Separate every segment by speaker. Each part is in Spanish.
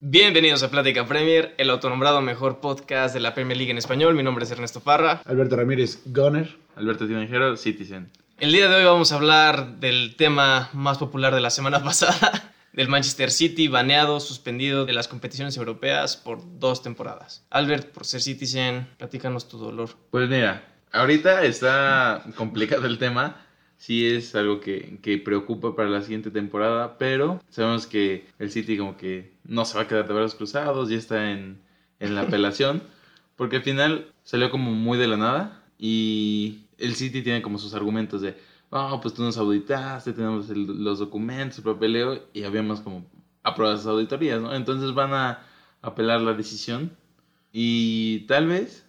Speaker 1: Bienvenidos a Plática Premier, el autonombrado mejor podcast de la Premier League en español. Mi nombre es Ernesto Parra.
Speaker 2: Alberto Ramírez, Gunner.
Speaker 3: Alberto Tinajero, Citizen.
Speaker 1: El día de hoy vamos a hablar del tema más popular de la semana pasada, del Manchester City baneado, suspendido de las competiciones europeas por dos temporadas. Albert, por ser Citizen, platícanos tu dolor.
Speaker 3: Pues mira, ahorita está complicado el tema. Sí es algo que, que preocupa para la siguiente temporada, pero sabemos que el City como que no se va a quedar de brazos cruzados, ya está en, en la apelación, porque al final salió como muy de la nada y el City tiene como sus argumentos de, ah, pues tú nos auditaste, tenemos el- los documentos, el papeleo y habíamos como aprobado esas auditorías, ¿no? Entonces van a apelar la decisión y tal vez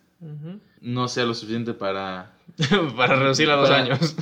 Speaker 3: no sea lo suficiente para
Speaker 1: Para reducirla a dos
Speaker 3: Para-
Speaker 1: años.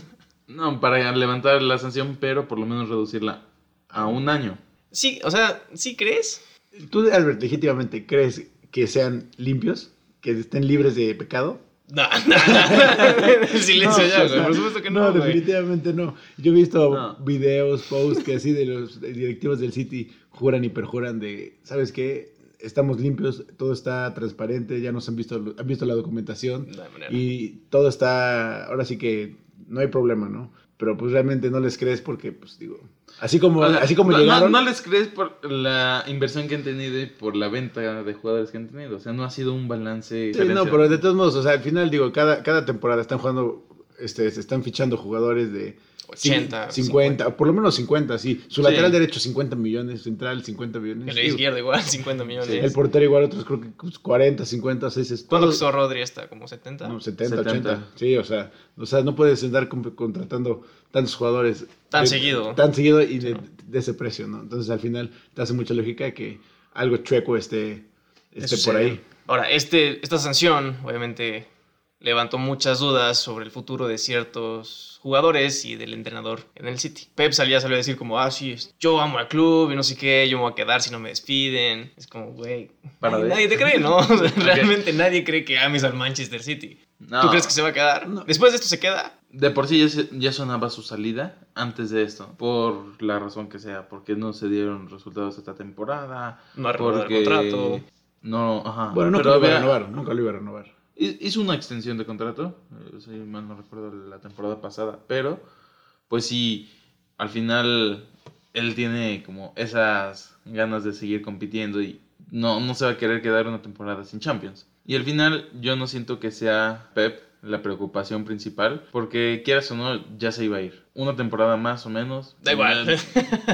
Speaker 3: No, para levantar la sanción, pero por lo menos reducirla a un año.
Speaker 1: Sí, o sea, ¿sí crees?
Speaker 2: ¿Tú, Albert, legítimamente crees que sean limpios? ¿Que estén libres de pecado?
Speaker 1: No, no, no. Silencio
Speaker 2: No,
Speaker 1: ya,
Speaker 2: o sea,
Speaker 1: güey. Por supuesto que no, güey.
Speaker 2: definitivamente no. Yo he visto
Speaker 3: No.
Speaker 2: videos, posts que así de los directivos del City juran y perjuran de, ¿sabes qué? Estamos limpios, todo está transparente, ya nos han visto, han visto la documentación
Speaker 1: No hay manera.
Speaker 2: y todo está, ahora sí que no hay problema, ¿no? Pero pues realmente no les crees porque, pues digo, así como,
Speaker 3: O sea,
Speaker 2: así como
Speaker 3: no,
Speaker 2: llegaron...
Speaker 3: No, no les crees por la inversión que han tenido y por la venta de jugadores que han tenido. O sea, no ha sido un balance.
Speaker 2: Sí, no,
Speaker 3: gerencial.
Speaker 2: pero de todos modos, o sea, al final digo, cada, cada temporada están jugando, este, se están fichando jugadores de
Speaker 1: 80,
Speaker 2: 50, por lo menos 50, sí. Su
Speaker 3: Sí.
Speaker 2: lateral derecho 50 millones, central 50 millones.
Speaker 1: El de
Speaker 2: Sí,
Speaker 1: izquierda igual, 50 millones.
Speaker 2: El portero igual otros creo que pues, 40, 50, 6, es
Speaker 1: ¿Cuánto
Speaker 2: todos-
Speaker 1: costó Rodri hasta como 70?
Speaker 2: no, 70,
Speaker 3: 70.
Speaker 2: 80. Sí, o sea, o sea, no puedes andar comp- contratando tantos jugadores
Speaker 1: Tan
Speaker 2: de-
Speaker 1: seguido.
Speaker 2: Tan seguido y de, de ese precio, ¿no? Entonces, al final te hace mucha lógica que algo chueco esté, esté
Speaker 1: Eso
Speaker 2: por
Speaker 1: sí.
Speaker 2: ahí.
Speaker 1: Ahora, este, esta sanción obviamente levantó muchas dudas sobre el futuro de ciertos jugadores y del entrenador en el City. Pep salía, salió a decir como, ah, sí, es- yo amo al club y no sé qué, yo me voy a quedar si no me despiden. Es como, güey,
Speaker 3: Para
Speaker 1: nadie,
Speaker 3: ver.
Speaker 1: nadie te cree, ¿no? O sea, Realmente nadie cree que ames al Manchester City.
Speaker 3: No,
Speaker 1: ¿Tú crees que se va a quedar?
Speaker 2: No.
Speaker 1: Después de esto se queda.
Speaker 3: De por sí ya, se- ya sonaba su salida antes de esto. Por la razón que sea. Porque no se dieron resultados esta temporada.
Speaker 1: No ha renovado
Speaker 3: Porque.
Speaker 1: el contrato.
Speaker 3: No, ajá.
Speaker 2: Bueno, nunca
Speaker 3: Pero
Speaker 2: lo iba a
Speaker 3: había-
Speaker 2: renovar, nunca lo iba a renovar.
Speaker 3: Hizo una extensión de contrato, eh, si mal no recuerdo la temporada pasada, pero pues sí, al final él tiene como esas ganas de seguir compitiendo y no, no se va a querer quedar una temporada sin Champions. Y al final yo no siento que sea Pep la preocupación principal, porque quieras o no, ya se iba a ir. Una temporada más o menos.
Speaker 1: Da igual.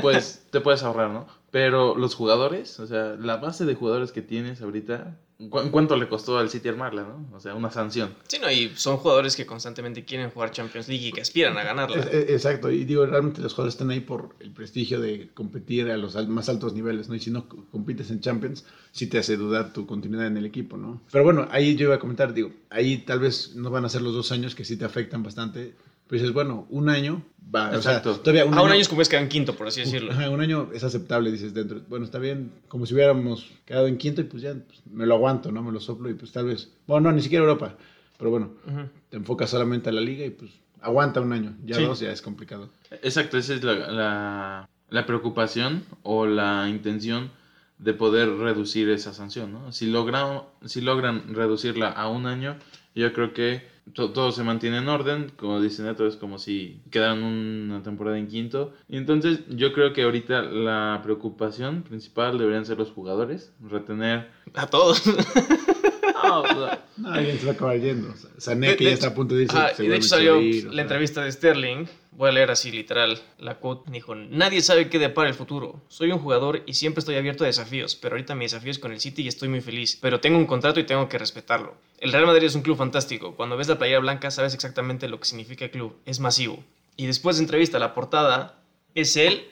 Speaker 3: Pues te puedes ahorrar, ¿no? Pero los jugadores, o sea, la base de jugadores que tienes ahorita, ¿cu- ¿cuánto le costó al City armarla, no? O sea, una sanción.
Speaker 1: Sí, no, y son jugadores que constantemente quieren jugar Champions League y que aspiran a ganarla.
Speaker 2: Es- es- Exacto, y digo, realmente los jugadores están ahí por el prestigio de competir a los al- más altos niveles, ¿no? Y si no c- compites en Champions, sí te hace dudar tu continuidad en el equipo, ¿no? Pero bueno, ahí yo iba a comentar, digo, ahí tal vez no van a ser los dos años que sí te afectan bastante, pero dices, bueno, un año va, o
Speaker 3: Exacto.
Speaker 2: sea, todavía un
Speaker 1: a Ah, un
Speaker 2: año...
Speaker 1: año es como es quedan quinto, por así decirlo.
Speaker 2: Ajá, un año es aceptable, dices dentro. Bueno, está bien, como si hubiéramos quedado en quinto y pues ya pues, me lo aguanto, ¿no? Me lo soplo y pues tal vez. Bueno, no, ni siquiera Europa. Pero bueno,
Speaker 1: Ujú.
Speaker 2: te enfocas solamente a la liga y pues aguanta un año. Ya
Speaker 1: Sí.
Speaker 2: dos ya es complicado.
Speaker 3: Exacto, esa es la, la- la preocupación o la intención de poder reducir esa sanción, ¿no? Si, logra, si logran reducirla a un año, yo creo que to- todo se mantiene en orden, como dice Neto, es como si quedaran una temporada en quinto. Y entonces yo creo que ahorita la preocupación principal deberían ser los jugadores, retener...
Speaker 1: A todos.
Speaker 3: No, o sea,
Speaker 2: No, alguien se va a acabar yendo. O sea, Sané
Speaker 1: De-
Speaker 2: que
Speaker 1: de
Speaker 2: ya está a punto de irse.
Speaker 1: Ah, y de
Speaker 2: seguramente
Speaker 1: hecho
Speaker 2: se va
Speaker 1: salió
Speaker 2: a ir, o
Speaker 1: la
Speaker 2: sea.
Speaker 1: entrevista de Sterling. Voy a leer así literal la quote. Dijo, nadie sabe qué depara el futuro. Soy un jugador y siempre estoy abierto a desafíos, pero ahorita mi desafío es con el City y estoy muy feliz. Pero tengo un contrato y tengo que respetarlo. El Real Madrid es un club fantástico. Cuando ves la playera blanca sabes exactamente lo que significa el club. Es masivo. Y después de entrevista, la portada es él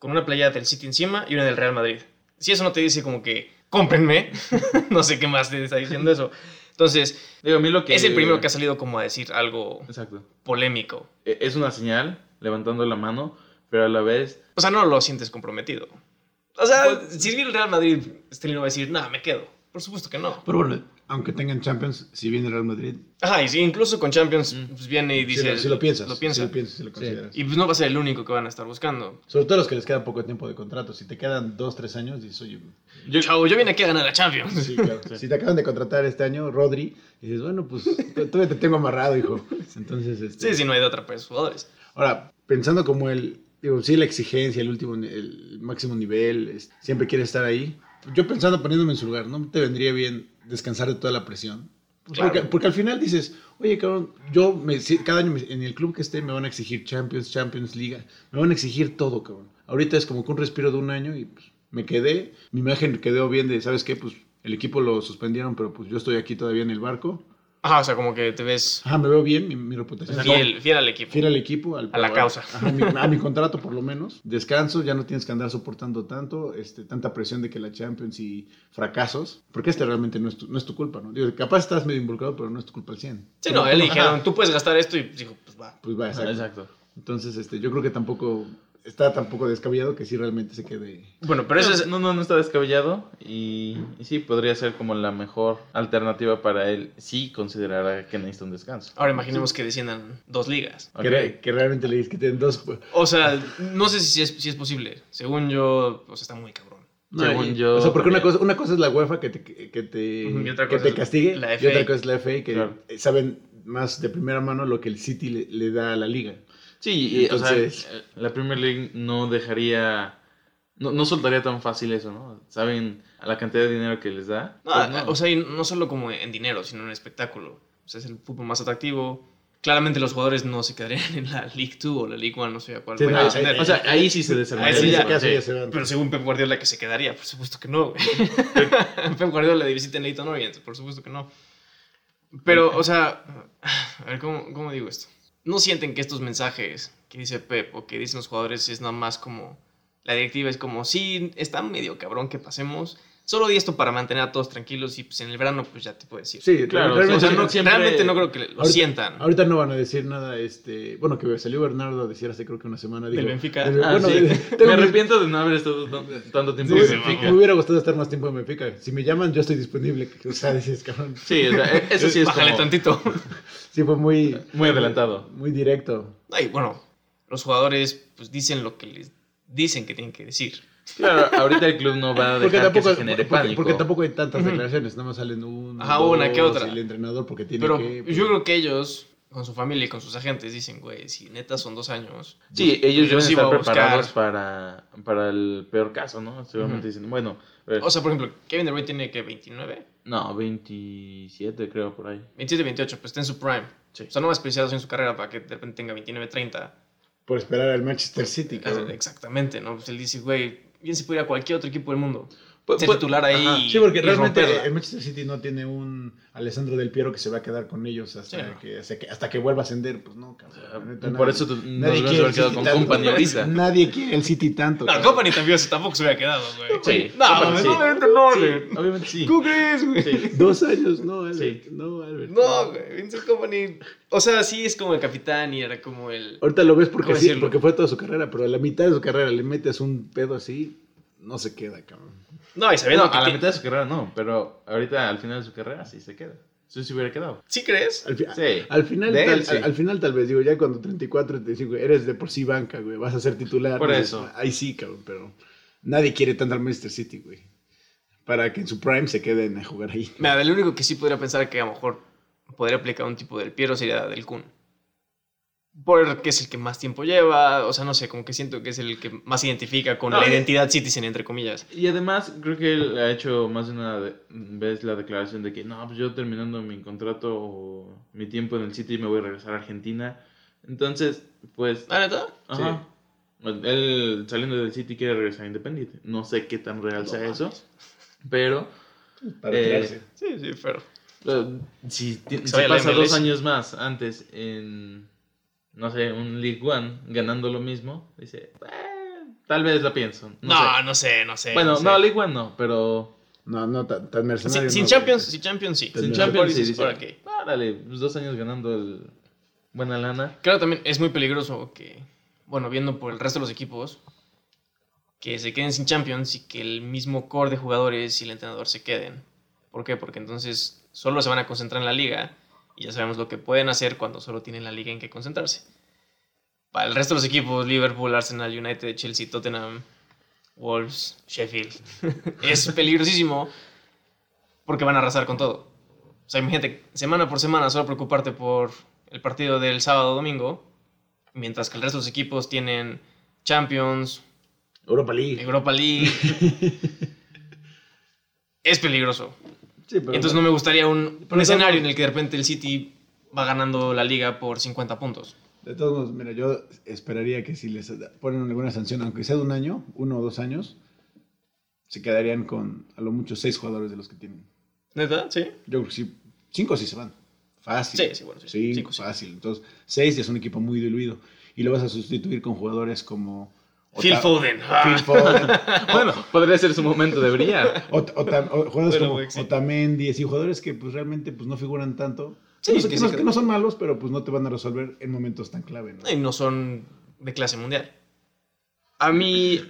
Speaker 1: con una playera del City encima y una del Real Madrid. Si eso no te dice como que, cómprenme, no sé qué más te está diciendo eso. Entonces,
Speaker 3: digo, a mí lo que...
Speaker 1: es el primero que ha salido como a decir algo
Speaker 3: Exacto.
Speaker 1: polémico.
Speaker 3: E- Es una señal, levantando la mano, pero a la vez
Speaker 1: O sea, no lo sientes comprometido. O sea,
Speaker 3: Pues-
Speaker 1: si es bien el Real Madrid, Sterling no va a decir, nada, me quedo. Por supuesto que no.
Speaker 2: Pero bueno, aunque tengan Champions, si viene Real Madrid,
Speaker 1: Ajá, y sí, incluso con Champions
Speaker 3: Mm.
Speaker 1: pues viene y
Speaker 2: si
Speaker 1: dice...
Speaker 2: lo- si, lo piensas,
Speaker 1: Lo piensa.
Speaker 2: si lo piensas, si lo consideras.
Speaker 1: Y pues no va a ser el único que van a estar buscando.
Speaker 2: Sobre todo los que les queda poco tiempo de contrato. Si te quedan dos, tres años, dices, oye, pues,
Speaker 1: Yo, Chavo, yo vine aquí a ganar la Champions.
Speaker 2: sí, claro. si te acaban de contratar este año, Rodri, y dices, bueno, pues to- todavía te tengo amarrado, hijo. Entonces, este,
Speaker 1: Sí, sí, no hay de otra, pues, jugadores.
Speaker 2: ahora, pensando como el, digo, sí, la exigencia, el último, ni- el máximo nivel, es- siempre quiere estar ahí. Yo pensando, poniéndome en su lugar, ¿no te vendría bien descansar de toda la presión? Pues
Speaker 1: Claro.
Speaker 2: porque, porque al final dices, oye, cabrón, yo me, si- cada año me- en el club que esté me van a exigir Champions, Champions Liga, me van a exigir todo, cabrón. Ahorita es como que un respiro de un año y pues, me quedé, mi imagen quedó bien de, ¿sabes qué? Pues el equipo lo suspendieron, pero pues yo estoy aquí todavía en el barco.
Speaker 1: Ajá, o sea, como que te ves
Speaker 2: Ajá, me veo bien, mi, mi reputación.
Speaker 1: fiel, fiel al equipo.
Speaker 2: Fiel al equipo, al-
Speaker 1: A la causa.
Speaker 2: ajá, a, mi, a mi contrato por lo menos. Descanso, ya no tienes que andar soportando tanto, este, tanta presión de que la Champions y fracasos, porque este realmente no es tu, no es tu culpa, ¿no? Digo, capaz estás medio involucrado, pero no es tu culpa al 100.
Speaker 1: Sí, no, él le dijeron, tú puedes gastar esto y pues, dijo, pues va.
Speaker 2: Pues va, exacto.
Speaker 3: Exacto.
Speaker 2: Entonces, este, yo creo que tampoco está tampoco descabellado que sí realmente se quede.
Speaker 1: Bueno, pero eso es...
Speaker 3: no, no, no está descabellado y, y sí, podría ser como la mejor alternativa para él si considerara que necesita un descanso.
Speaker 1: Ahora imaginemos que desciendan dos ligas.
Speaker 3: Ok.
Speaker 2: Que, re- que realmente le disquiten dos.
Speaker 1: O sea, no sé si es, si es posible. Según yo, pues está muy cabrón.
Speaker 3: Según
Speaker 2: y-
Speaker 3: yo,
Speaker 2: O sea, porque una
Speaker 3: también.
Speaker 2: cosa, una cosa es la UEFA que te, que te,
Speaker 1: Ujú, y otra
Speaker 2: que
Speaker 1: cosa
Speaker 2: te
Speaker 1: es
Speaker 2: castigue
Speaker 1: la
Speaker 2: y otra
Speaker 1: FA.
Speaker 2: cosa es la FA que
Speaker 3: Claro.
Speaker 2: eh, saben más de primera mano lo que el City le, le da a la liga.
Speaker 3: Sí, y,
Speaker 2: Entonces-
Speaker 3: o sea, la Premier League no dejaría, no, no soltaría tan fácil eso, ¿no? Saben a la cantidad de dinero que les da.
Speaker 1: No,
Speaker 3: Pues no.
Speaker 1: O sea, y no solo como en dinero, sino en espectáculo. O sea, es el fútbol más atractivo. Claramente los jugadores no se quedarían en la League 2 o la League 1, no sé a cuál.
Speaker 2: Sí,
Speaker 1: vayan a
Speaker 2: no,
Speaker 1: descender.
Speaker 2: eh,
Speaker 3: O sea, ahí sí se desarmaría.
Speaker 1: Ahí sí
Speaker 2: En
Speaker 1: ya-
Speaker 2: ese caso
Speaker 3: Sí.
Speaker 2: ya se van.
Speaker 1: Pero según Pep Guardiola que se quedaría, por supuesto que no, güey. Pep Guardiola de visita en Leighton Orient, por supuesto que no. Pero, o sea, a ver, ¿cómo, cómo digo esto? ¿No sienten que estos mensajes que dice Pep o que dicen los jugadores es nada más como... La directiva es como, sí, está medio cabrón que pasemos. Solo di esto para mantener a todos tranquilos y pues en el verano pues ya te puedo decir.
Speaker 2: Sí,
Speaker 3: Claro,
Speaker 2: realmente
Speaker 1: o sea,
Speaker 3: sí,
Speaker 1: no-
Speaker 3: sí, siempre-
Speaker 1: realmente no creo que lo
Speaker 2: Ahorita-
Speaker 1: sientan.
Speaker 2: Ahorita no van a decir nada, este, bueno, que salió Bernardo a decir hace creo que una semana.
Speaker 1: Del
Speaker 2: dijo,
Speaker 1: Benfica.
Speaker 2: del-
Speaker 3: Ah,
Speaker 2: bueno,
Speaker 3: sí.
Speaker 2: tengo
Speaker 3: Me
Speaker 2: mis-
Speaker 3: arrepiento de no haber estado tan- tanto
Speaker 2: Sí,
Speaker 3: tiempo
Speaker 2: me,
Speaker 3: en
Speaker 1: sí,
Speaker 3: Benfica.
Speaker 2: me hubiera gustado estar más tiempo en Benfica. Si me llaman, yo estoy disponible. O sea, dices, cabrón.
Speaker 3: Sí, o sea, e- eso sí es
Speaker 1: Bájale
Speaker 3: como
Speaker 1: tantito.
Speaker 2: Sí, fue muy...
Speaker 3: muy adelantado.
Speaker 2: Muy directo.
Speaker 1: Ay, bueno, los jugadores pues dicen lo que les dicen que tienen que decir.
Speaker 3: Claro, ahorita el club no va a dejar
Speaker 2: Porque
Speaker 3: que
Speaker 2: tampoco,
Speaker 3: se genere
Speaker 2: porque-
Speaker 3: pánico.
Speaker 2: porque tampoco hay tantas
Speaker 1: Ujú.
Speaker 2: declaraciones, nada más salen una.
Speaker 1: Ajá, una que otra.
Speaker 2: y El entrenador porque tiene
Speaker 1: Pero
Speaker 2: que.
Speaker 3: pues,
Speaker 1: yo creo que ellos, con su familia y con sus agentes, dicen, güey, si neta son dos años.
Speaker 3: Sí, ellos
Speaker 1: yo
Speaker 3: deben
Speaker 1: sí
Speaker 3: estar
Speaker 1: voy a buscar.
Speaker 3: preparados para, para el peor caso, ¿no? Seguramente
Speaker 1: Ujú.
Speaker 3: dicen, bueno, a ver,
Speaker 1: O sea, por ejemplo, Kevin De Bruyne tiene que 29,
Speaker 3: no, 27 creo por ahí.
Speaker 1: 27, 28, pues está en su prime.
Speaker 3: Sí.
Speaker 1: O sea, no va a especializarse en su carrera para que de repente tenga 29, 30.
Speaker 2: Por esperar al Manchester City, cabrón.
Speaker 1: Eh, Exactamente, ¿no? Pues él dice, güey, bien se puede ir a cualquier otro equipo del mundo.
Speaker 3: Pu-
Speaker 1: Ser
Speaker 3: pu-
Speaker 1: titular ahí.
Speaker 3: Ajá.
Speaker 1: y-
Speaker 2: Sí, porque
Speaker 1: y
Speaker 2: realmente
Speaker 1: romperla.
Speaker 2: el Manchester City no tiene un Alessandro Del Piero que se va a quedar con ellos hasta,
Speaker 1: Sí, no.
Speaker 2: que, hasta que hasta que vuelva a ascender. Pues no, cabrón. la neta,
Speaker 3: Por
Speaker 2: nadie-
Speaker 3: eso tú- nos
Speaker 2: nadie
Speaker 3: debemos
Speaker 2: quiere
Speaker 3: haber
Speaker 2: el
Speaker 3: quedado
Speaker 2: City
Speaker 3: con
Speaker 2: tanto,
Speaker 3: Company
Speaker 2: ¿no?
Speaker 3: ahorita.
Speaker 2: Nadie quiere el City
Speaker 1: No,
Speaker 2: tanto. cabrón.
Speaker 1: Company también se- tampoco se hubiera quedado, güey.
Speaker 3: Sí.
Speaker 1: No,
Speaker 3: Company, sí.
Speaker 1: obviamente no, güey.
Speaker 3: Sí, obviamente sí.
Speaker 1: ¿Cómo crees, güey?
Speaker 3: Sí.
Speaker 2: Dos años, no, Albert.
Speaker 3: Sí.
Speaker 2: No, Albert.
Speaker 1: No, güey, Vincent Company. O sea, sí es como el capitán y era como el.
Speaker 2: Ahorita lo ves porque
Speaker 1: ¿Cómo
Speaker 2: sí,
Speaker 1: decirlo?
Speaker 2: porque fue toda su carrera, pero a la mitad de su carrera le metes un pedo así, no se queda, cabrón.
Speaker 1: No, y
Speaker 3: Bueno,
Speaker 1: sabiendo que.
Speaker 3: a la
Speaker 1: tiene-
Speaker 3: mitad de su carrera no, pero ahorita al final de su carrera sí se queda. Sí se hubiera quedado.
Speaker 1: ¿Sí crees?
Speaker 2: Al, fi-
Speaker 3: Sí.
Speaker 2: al final,
Speaker 3: De él,
Speaker 2: tal,
Speaker 3: sí.
Speaker 2: al, al final tal vez, digo, ya cuando 34, 35, eres de por sí banca, güey, vas a ser titular.
Speaker 3: Por
Speaker 2: güey.
Speaker 3: eso.
Speaker 2: Ahí sí, cabrón, pero nadie quiere tanto al Manchester City, güey. Para que en su prime se queden a jugar ahí.
Speaker 1: Mira, el único que sí podría pensar que a lo mejor podría aplicar un tipo del Piero sería del Kun. Porque es el que más tiempo lleva, o sea, no sé, como que siento que es el que más se identifica con
Speaker 3: No,
Speaker 1: la
Speaker 3: y-
Speaker 1: identidad citizen, entre comillas.
Speaker 3: Y además, creo que él ha hecho más de una de- vez la declaración de que no, pues yo terminando mi contrato o mi tiempo en el City me voy a regresar a Argentina. Entonces, pues.
Speaker 1: ¿Ah, neta?
Speaker 3: Ajá. Bueno, Él saliendo del City quiere regresar a Independiente. No sé qué tan real
Speaker 1: No
Speaker 3: sea
Speaker 1: mames.
Speaker 3: eso, pero
Speaker 2: Para
Speaker 3: Eh,
Speaker 2: quedarse.
Speaker 1: Sí, sí, pero.
Speaker 3: eh, si, ti- si
Speaker 1: vaya la
Speaker 3: pasa dos
Speaker 1: MLS.
Speaker 3: años más antes en, no sé, un League One ganando lo mismo, dice, "Eh, tal vez la pienso. No,
Speaker 1: No,
Speaker 3: sé.
Speaker 1: no sé, no sé.
Speaker 3: bueno, no,
Speaker 1: sé.
Speaker 3: League One no, pero pues
Speaker 2: No, no, tan, tan
Speaker 1: Sin-
Speaker 2: mercenario.
Speaker 1: Sin,
Speaker 2: no, güey.
Speaker 1: Champions, sin Champions sí.
Speaker 2: Sin
Speaker 3: en
Speaker 2: Pero
Speaker 3: Champions sí
Speaker 1: dices,
Speaker 3: dice,
Speaker 1: "Ahora qué".
Speaker 3: "Órale, pues dos años ganando el- buena lana.
Speaker 1: Claro, también es muy peligroso que, bueno, viendo por el resto de los equipos, que se queden sin Champions y que el mismo core de jugadores y el entrenador se queden. ¿Por qué? Porque entonces solo se van a concentrar en la liga y ya sabemos lo que pueden hacer cuando solo tienen la liga en que concentrarse. Para el resto de los equipos, Liverpool, Arsenal, United, Chelsea, Tottenham, Wolves, Sheffield, es peligrosísimo porque van a arrasar con todo. O sea, imagínate, semana por semana solo preocuparte por el partido del sábado domingo, mientras que el resto de los equipos tienen Champions,
Speaker 2: Europa League.
Speaker 1: Europa League. es peligroso.
Speaker 2: Sí, pero
Speaker 1: Entonces no me gustaría un, un
Speaker 2: no-
Speaker 1: escenario en el que de repente el City va ganando la liga por 50 puntos.
Speaker 2: De todos modos, mira, yo esperaría que si les ponen alguna sanción, aunque sea de un año, uno o dos años, se quedarían con a lo mucho seis jugadores de los que tienen.
Speaker 1: ¿Neta? Sí.
Speaker 2: Yo creo que sí, cinco sí se van. Fácil.
Speaker 1: Sí, sí, bueno, sí.
Speaker 2: Sí,
Speaker 1: Cinco, sí.
Speaker 2: fácil. Entonces, seis ya es un equipo muy diluido. Y lo vas a sustituir con jugadores como... Ota-
Speaker 1: Phil Foden.
Speaker 2: Phil Foden.
Speaker 3: Bueno, podría ser su momento de brillar.
Speaker 2: Ot- Ota- o- jugadores
Speaker 1: Bueno,
Speaker 2: como
Speaker 1: güey, sí.
Speaker 2: Otamendi, así, jugadores que pues realmente pues, no figuran tanto.
Speaker 1: Sí,
Speaker 2: no, son-
Speaker 1: que
Speaker 2: que no-
Speaker 1: sí.
Speaker 2: que no son malos, pero pues no te van a resolver en momentos tan clave. ¿no?
Speaker 1: Y no son de clase mundial. A mí,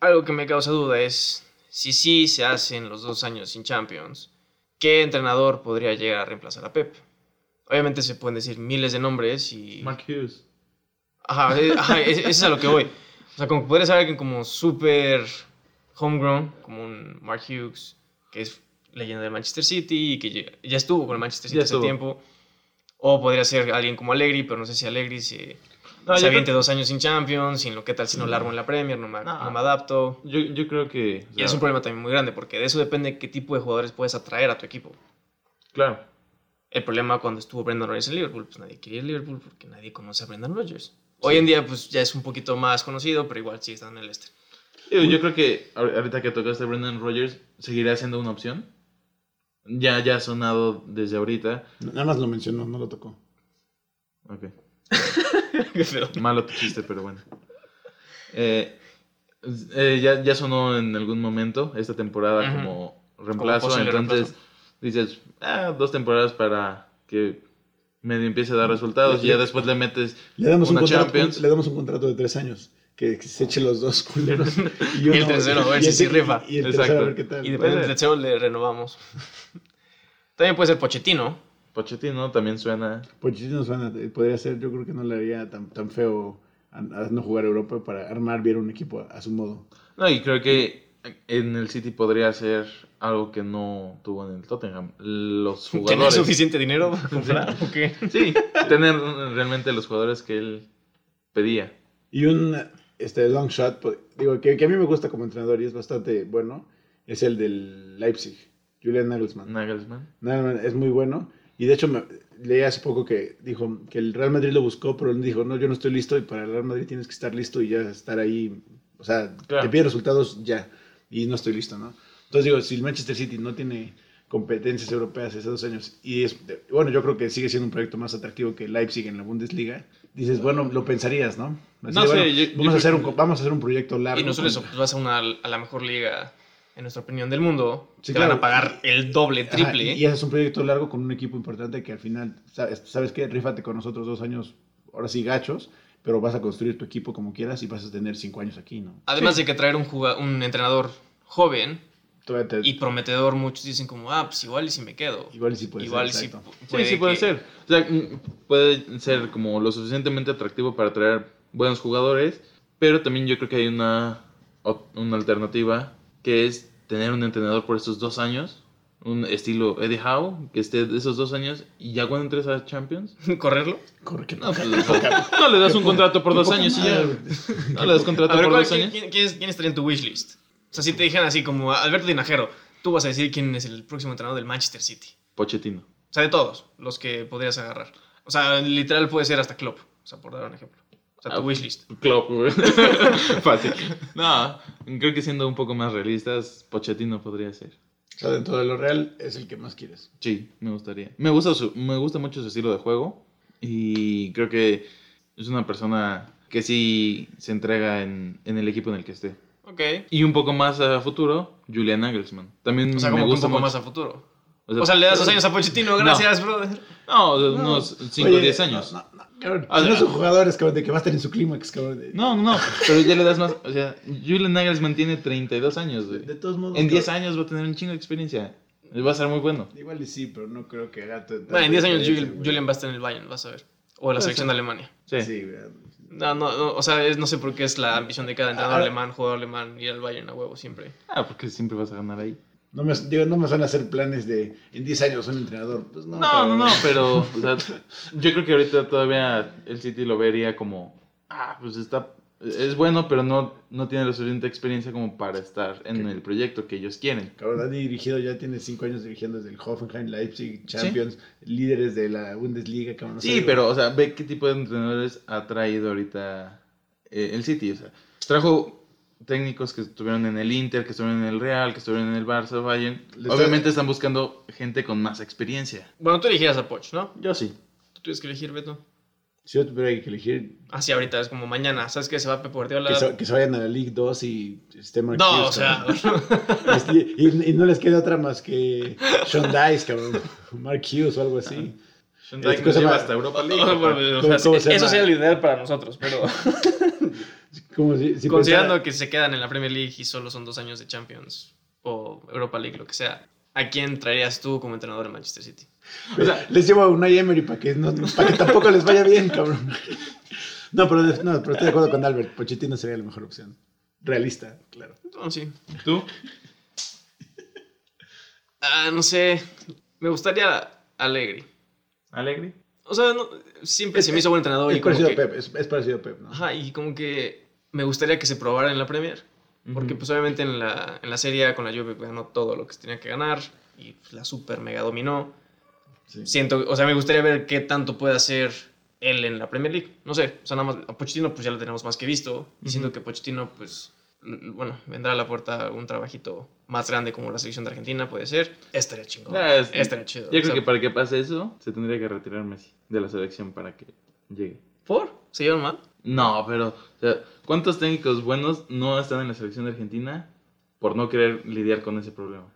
Speaker 1: algo que me causa duda es si sí se hacen los dos años sin Champions, ¿qué entrenador podría llegar a reemplazar a Pep? Obviamente se pueden decir miles de nombres y...
Speaker 3: Mark Hughes.
Speaker 1: Ajá, eh, ajá, es- eso es a lo que voy. O sea, como que podría ser alguien como súper homegrown, como un Mark Hughes, que es leyenda del Manchester City y que ya, ya estuvo con el Manchester City
Speaker 3: Ya
Speaker 1: hace
Speaker 3: estuvo.
Speaker 1: tiempo. O podría ser alguien como Allegri, pero no sé si Allegri se,
Speaker 3: No,
Speaker 1: se
Speaker 3: yo
Speaker 1: aviente dos años sin Champions, sin lo que tal si no largo en la Premier, no me,
Speaker 3: No.
Speaker 1: no me adapto.
Speaker 3: Yo, yo creo que. o
Speaker 1: Y es
Speaker 3: sea,
Speaker 1: un problema también muy grande, porque de eso depende qué tipo de jugadores puedes atraer a tu equipo.
Speaker 3: Claro.
Speaker 1: El problema cuando estuvo Brendan Rodgers en Liverpool, pues nadie quería el Liverpool porque nadie conoce a Brendan Rodgers. Hoy en día, pues ya es un poquito más conocido, pero igual sigue estando en el este.
Speaker 3: Yo, yo creo que ahor- ahorita que tocaste a Brendan Rogers, seguirá siendo una opción. Ya, ya ha sonado desde ahorita.
Speaker 2: Nada más lo mencionó, no lo tocó.
Speaker 3: Ok.
Speaker 1: Qué feo.
Speaker 3: Malo tu chiste, pero bueno. Eh, eh, ya, ya sonó en algún momento esta temporada
Speaker 1: Ujú.
Speaker 3: como reemplazo.
Speaker 1: posible
Speaker 3: entonces dices, ah, dos temporadas para que medio empiece a dar resultados. Y ya después le metes.
Speaker 2: Le damos, un
Speaker 3: Una
Speaker 2: contrato,
Speaker 3: Champions.
Speaker 2: le damos un contrato de tres años. Que se eche los dos culeros.
Speaker 1: Y el tercero, a ver
Speaker 2: y
Speaker 1: si
Speaker 2: el-
Speaker 1: sí rifa.
Speaker 2: Y el
Speaker 3: Exacto.
Speaker 2: tercero, a ver qué tal.
Speaker 1: Y después del
Speaker 3: ser.
Speaker 1: tercero le renovamos. También puede ser Pochettino.
Speaker 3: Pochettino también suena.
Speaker 2: Pochettino suena- eh, podría ser, yo creo que no le haría tan, tan feo a, a no jugar a Europa para armar bien un equipo a, a su modo.
Speaker 3: No, y creo que en el City podría hacer algo que no tuvo en el Tottenham. Los
Speaker 1: ¿Tener
Speaker 3: jugadores.
Speaker 1: suficiente dinero para comprar? ¿O qué?
Speaker 3: Sí, tener realmente los jugadores que él pedía.
Speaker 2: Y un este, long shot, po- digo, que, que a mí me gusta como entrenador y es bastante bueno, es el del Leipzig, Julian Nagelsmann.
Speaker 3: Nagelsmann.
Speaker 2: Nagelsmann es muy bueno. Y de hecho, me- leí hace poco que dijo que el Real Madrid lo buscó, pero él dijo, no, yo no estoy listo y para el Real Madrid tienes que estar listo y ya estar ahí. O sea,
Speaker 3: Claro.
Speaker 2: te pide resultados ya y no estoy listo, ¿no? Entonces digo, si el Manchester City no tiene competencias europeas hace dos años y es, de- bueno, yo creo que sigue siendo un proyecto más atractivo que Leipzig en la Bundesliga, dices, bueno, lo pensarías, ¿no? Así
Speaker 3: No
Speaker 2: de,
Speaker 3: sé,
Speaker 2: bueno,
Speaker 3: yo-
Speaker 2: vamos,
Speaker 3: yo
Speaker 2: a
Speaker 3: creo
Speaker 2: hacer
Speaker 3: que-
Speaker 2: un, co- vamos a hacer un proyecto largo.
Speaker 1: Y no solo eso,
Speaker 2: con-
Speaker 1: pues vas a una a la mejor liga, en nuestra opinión, del mundo.
Speaker 2: Sí,
Speaker 1: te van
Speaker 2: claro.
Speaker 1: a pagar el doble,
Speaker 2: Ajá,
Speaker 1: triple. ¿eh?
Speaker 2: y haces un proyecto largo con un equipo importante que al final, sabes, sabes qué? rífate con nosotros dos años, ahora sí gachos, pero vas a construir tu equipo como quieras y vas a tener cinco años aquí, ¿no?
Speaker 1: Además de que traer un, juga- un entrenador joven
Speaker 2: Todavía te-
Speaker 1: y prometedor, muchos dicen como, ah, pues igual y si me quedo.
Speaker 2: igual y sí puede
Speaker 1: Igual
Speaker 2: ser.
Speaker 1: sí
Speaker 2: Pues, exacto.
Speaker 1: pu-
Speaker 3: Sí, sí puede
Speaker 1: que-
Speaker 3: ser. O sea, mm, puede ser como lo suficientemente atractivo para traer buenos jugadores, pero también yo creo que hay una, o- una alternativa que es tener un entrenador por estos dos años, un estilo Eddie Howe, que esté esos dos años y ya cuando entres a Champions,
Speaker 1: ¿Correrlo?
Speaker 2: Corre, que
Speaker 3: no,
Speaker 2: no.
Speaker 3: pues, o sea, no le das un contrato por dos años y ya. No le das contrato
Speaker 1: A ver,
Speaker 3: por
Speaker 1: Ah, ¿cuál-
Speaker 3: dos
Speaker 1: quién,
Speaker 3: años.
Speaker 1: quién, quién es- quién estaría en tu wishlist? O sea, si te dijeran así como "A- Alberto Dinajero, tú vas a decir quién es el próximo entrenador del Manchester City.
Speaker 3: Pochettino.
Speaker 1: O sea, de todos los que podrías agarrar. O sea, literal puede ser hasta Klopp. O sea, por dar un ejemplo. O sea, tu
Speaker 3: Ah,
Speaker 1: wishlist.
Speaker 3: Klopp, güey. Fácil. No, creo que siendo un poco más realistas, Pochettino podría ser.
Speaker 2: O sea, dentro de lo real es el que más quieres.
Speaker 3: Sí, me gustaría. Me gusta, su- me gusta mucho su estilo de juego y creo que es una persona que sí se entrega en, en el equipo en el que esté.
Speaker 1: Ok.
Speaker 3: Y un poco más a futuro, Julian Nagelsmann. También
Speaker 1: O sea,
Speaker 3: Mm, me
Speaker 1: como que un
Speaker 3: gusta
Speaker 1: poco
Speaker 3: mucho.
Speaker 1: más a futuro. O sea, le das dos años a Pochettino,
Speaker 3: No.
Speaker 1: gracias, brother.
Speaker 3: No, o sea, unos 5 o
Speaker 2: Oye,
Speaker 3: 10 años.
Speaker 2: No, no, no, cabrón,
Speaker 3: Ah,
Speaker 2: si no
Speaker 3: no.
Speaker 2: son jugadores, cabrón, de que va a estar en su clímax, cabrón. de-
Speaker 3: No, no, no, pero ya le das más. O sea, Julian Nagelsmann tiene 32 años, güey.
Speaker 2: De todos modos.
Speaker 3: En 10
Speaker 2: cabrón,
Speaker 3: años va a tener un chingo de experiencia. Va a ser muy bueno.
Speaker 2: Igual y sí, pero no creo que haga tanta
Speaker 1: Bueno, en 10 años
Speaker 2: diferencia,
Speaker 1: Julian,
Speaker 2: güey.
Speaker 1: Julian va a estar en el Bayern, vas a ver. O en la
Speaker 3: Puede
Speaker 1: selección
Speaker 3: ser.
Speaker 1: de Alemania.
Speaker 3: Sí.
Speaker 2: Sí, güey.
Speaker 1: No, no, no, o sea, es- no sé por qué es la ambición de cada entrenador
Speaker 2: Ah.
Speaker 1: alemán, jugador alemán, ir al Bayern a huevo siempre.
Speaker 3: Ah, porque siempre vas a ganar ahí.
Speaker 2: No me, digo, no me suena a hacer planes de en 10 años un entrenador. Pues no,
Speaker 3: No, no, no, pero o sea, yo creo que ahorita todavía el City lo vería como, ah, pues está, es bueno, pero no, no tiene la suficiente experiencia como para estar en
Speaker 2: Ok.
Speaker 3: el proyecto que ellos quieren.
Speaker 2: Cabrón, ha dirigido, ya tiene 5 años dirigiendo desde el Hoffenheim, Leipzig, Champions, líderes de la Bundesliga. Cabrón, no
Speaker 3: Sí,
Speaker 2: sé,
Speaker 3: pero, o sea, ve qué tipo de entrenadores ha traído ahorita eh, el City. O sea, trajo técnicos que estuvieron en el Inter, que estuvieron en el Real, que estuvieron en el Barça, Bayern.
Speaker 2: Le está-
Speaker 3: Obviamente están buscando gente con más experiencia.
Speaker 1: Bueno, tú elegías a Poch, ¿no?
Speaker 3: Yo sí.
Speaker 1: Tú tienes que elegir, Beto.
Speaker 2: Si yo tuviera que elegir
Speaker 1: Así ahorita es como mañana, ¿sabes qué? Se va Pep Guardiola.
Speaker 2: que, se- que se vayan a la League 2 y esté Mark
Speaker 1: No, o
Speaker 2: Hughes,
Speaker 1: sea,
Speaker 2: cabrón. Les- Y, y no les queda otra más que Sean Dice, cabrón. Mark Hughes o algo así.
Speaker 3: Shondike
Speaker 2: cosa
Speaker 3: nos lleva
Speaker 2: más-
Speaker 3: hasta Europa League. papá.
Speaker 1: bueno, o sea,
Speaker 2: ¿Cómo
Speaker 1: eso
Speaker 2: se llama?
Speaker 1: sería lo ideal para nosotros, pero
Speaker 2: Como si, si
Speaker 1: considerando
Speaker 2: pensara-
Speaker 1: que se quedan en la Premier League y solo son dos años de Champions o Europa League, lo que sea, ¿a quién traerías tú como entrenador de Manchester City?
Speaker 3: o sea-
Speaker 2: les llevo a Unai Emery para que, no- para que tampoco les vaya bien, cabrón. No pero, de- no, pero estoy de acuerdo con Albert. Pochettino sería la mejor opción. Realista, claro.
Speaker 1: No, sí.
Speaker 3: ¿Tú?
Speaker 1: Ah, no sé, me gustaría Alegri.
Speaker 3: ¿Alegre?
Speaker 1: O sea, no, siempre se me hizo buen entrenador y
Speaker 2: Es
Speaker 1: como
Speaker 2: parecido,
Speaker 1: que,
Speaker 2: a Pep, es, es parecido a Pep, ¿no?
Speaker 1: ajá, y como que me gustaría que se probara en la Premier. Porque pues obviamente en la, en la serie A con la Juve pues, ganó todo lo que se tenía que ganar y pues, la super mega dominó.
Speaker 2: Sí.
Speaker 1: Siento, o sea, me gustaría ver qué tanto puede hacer él en la Premier League. No sé, o sea, nada más a Pochettino pues ya lo tenemos más que visto. Y siento
Speaker 3: Ujú.
Speaker 1: que Pochettino pues, l- bueno, vendrá a la puerta un trabajito más grande como la selección de Argentina puede ser. Estaría chingón.
Speaker 3: Ah, es-
Speaker 1: Estaría chido.
Speaker 3: Yo
Speaker 1: O sea,
Speaker 3: creo que para que pase eso, se tendría que retirar Messi de la selección para que llegue.
Speaker 1: ¿Por? ¿Se llevan mal?
Speaker 3: No, pero, o sea, ¿cuántos técnicos buenos no están en la selección de Argentina por no querer lidiar con ese problema?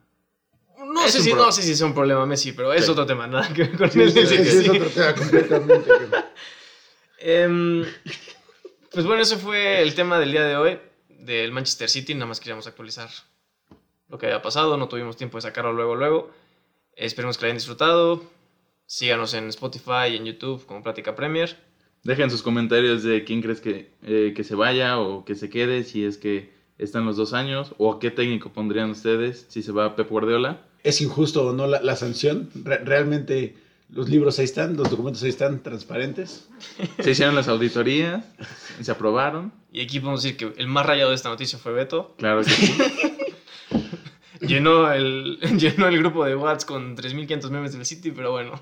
Speaker 1: No
Speaker 3: Es
Speaker 1: sé,
Speaker 3: un
Speaker 1: si,
Speaker 3: pro-
Speaker 1: no sé si es un problema Messi, pero es
Speaker 3: Sí.
Speaker 1: otro tema, nada que ver con
Speaker 2: Sí,
Speaker 1: el
Speaker 2: sí, sí,
Speaker 1: City.
Speaker 2: es otro tema completamente. cabrón.
Speaker 1: Em, pues bueno, ese fue el tema del día de hoy del Manchester City. Nada más queríamos actualizar lo que había pasado. No tuvimos tiempo de sacarlo luego, luego. Esperemos que lo hayan disfrutado. Síganos en Spotify y en YouTube como Plática Premier.
Speaker 3: Dejen sus comentarios de quién crees que, eh, que se vaya o que se quede, si es que están los dos años, o qué técnico pondrían ustedes si se va Pep Guardiola.
Speaker 2: ¿Es injusto o no la, la sanción? Re- realmente los libros ahí están, los documentos ahí están transparentes.
Speaker 3: Se hicieron las auditorías, se aprobaron,
Speaker 1: Y aquí podemos decir que el más rayado de esta noticia fue Beto.
Speaker 3: claro que sí.
Speaker 1: Llenó el, llenó el grupo de Watts con 3.500 memes del City, pero bueno.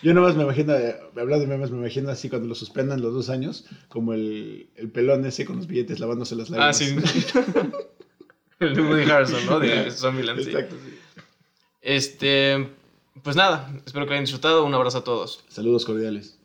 Speaker 2: Yo nomás me imagino, eh, hablando de memes, me imagino así cuando lo suspendan los dos años, como el, el pelón ese con los billetes lavándose las
Speaker 1: Ah,
Speaker 2: lágrimas.
Speaker 1: sí. el de Woody Harrison, ¿no? De Zombieland, sí.
Speaker 2: Exacto, sí.
Speaker 1: Este, pues nada, espero que lo hayan disfrutado. Un abrazo a todos.
Speaker 2: Saludos cordiales.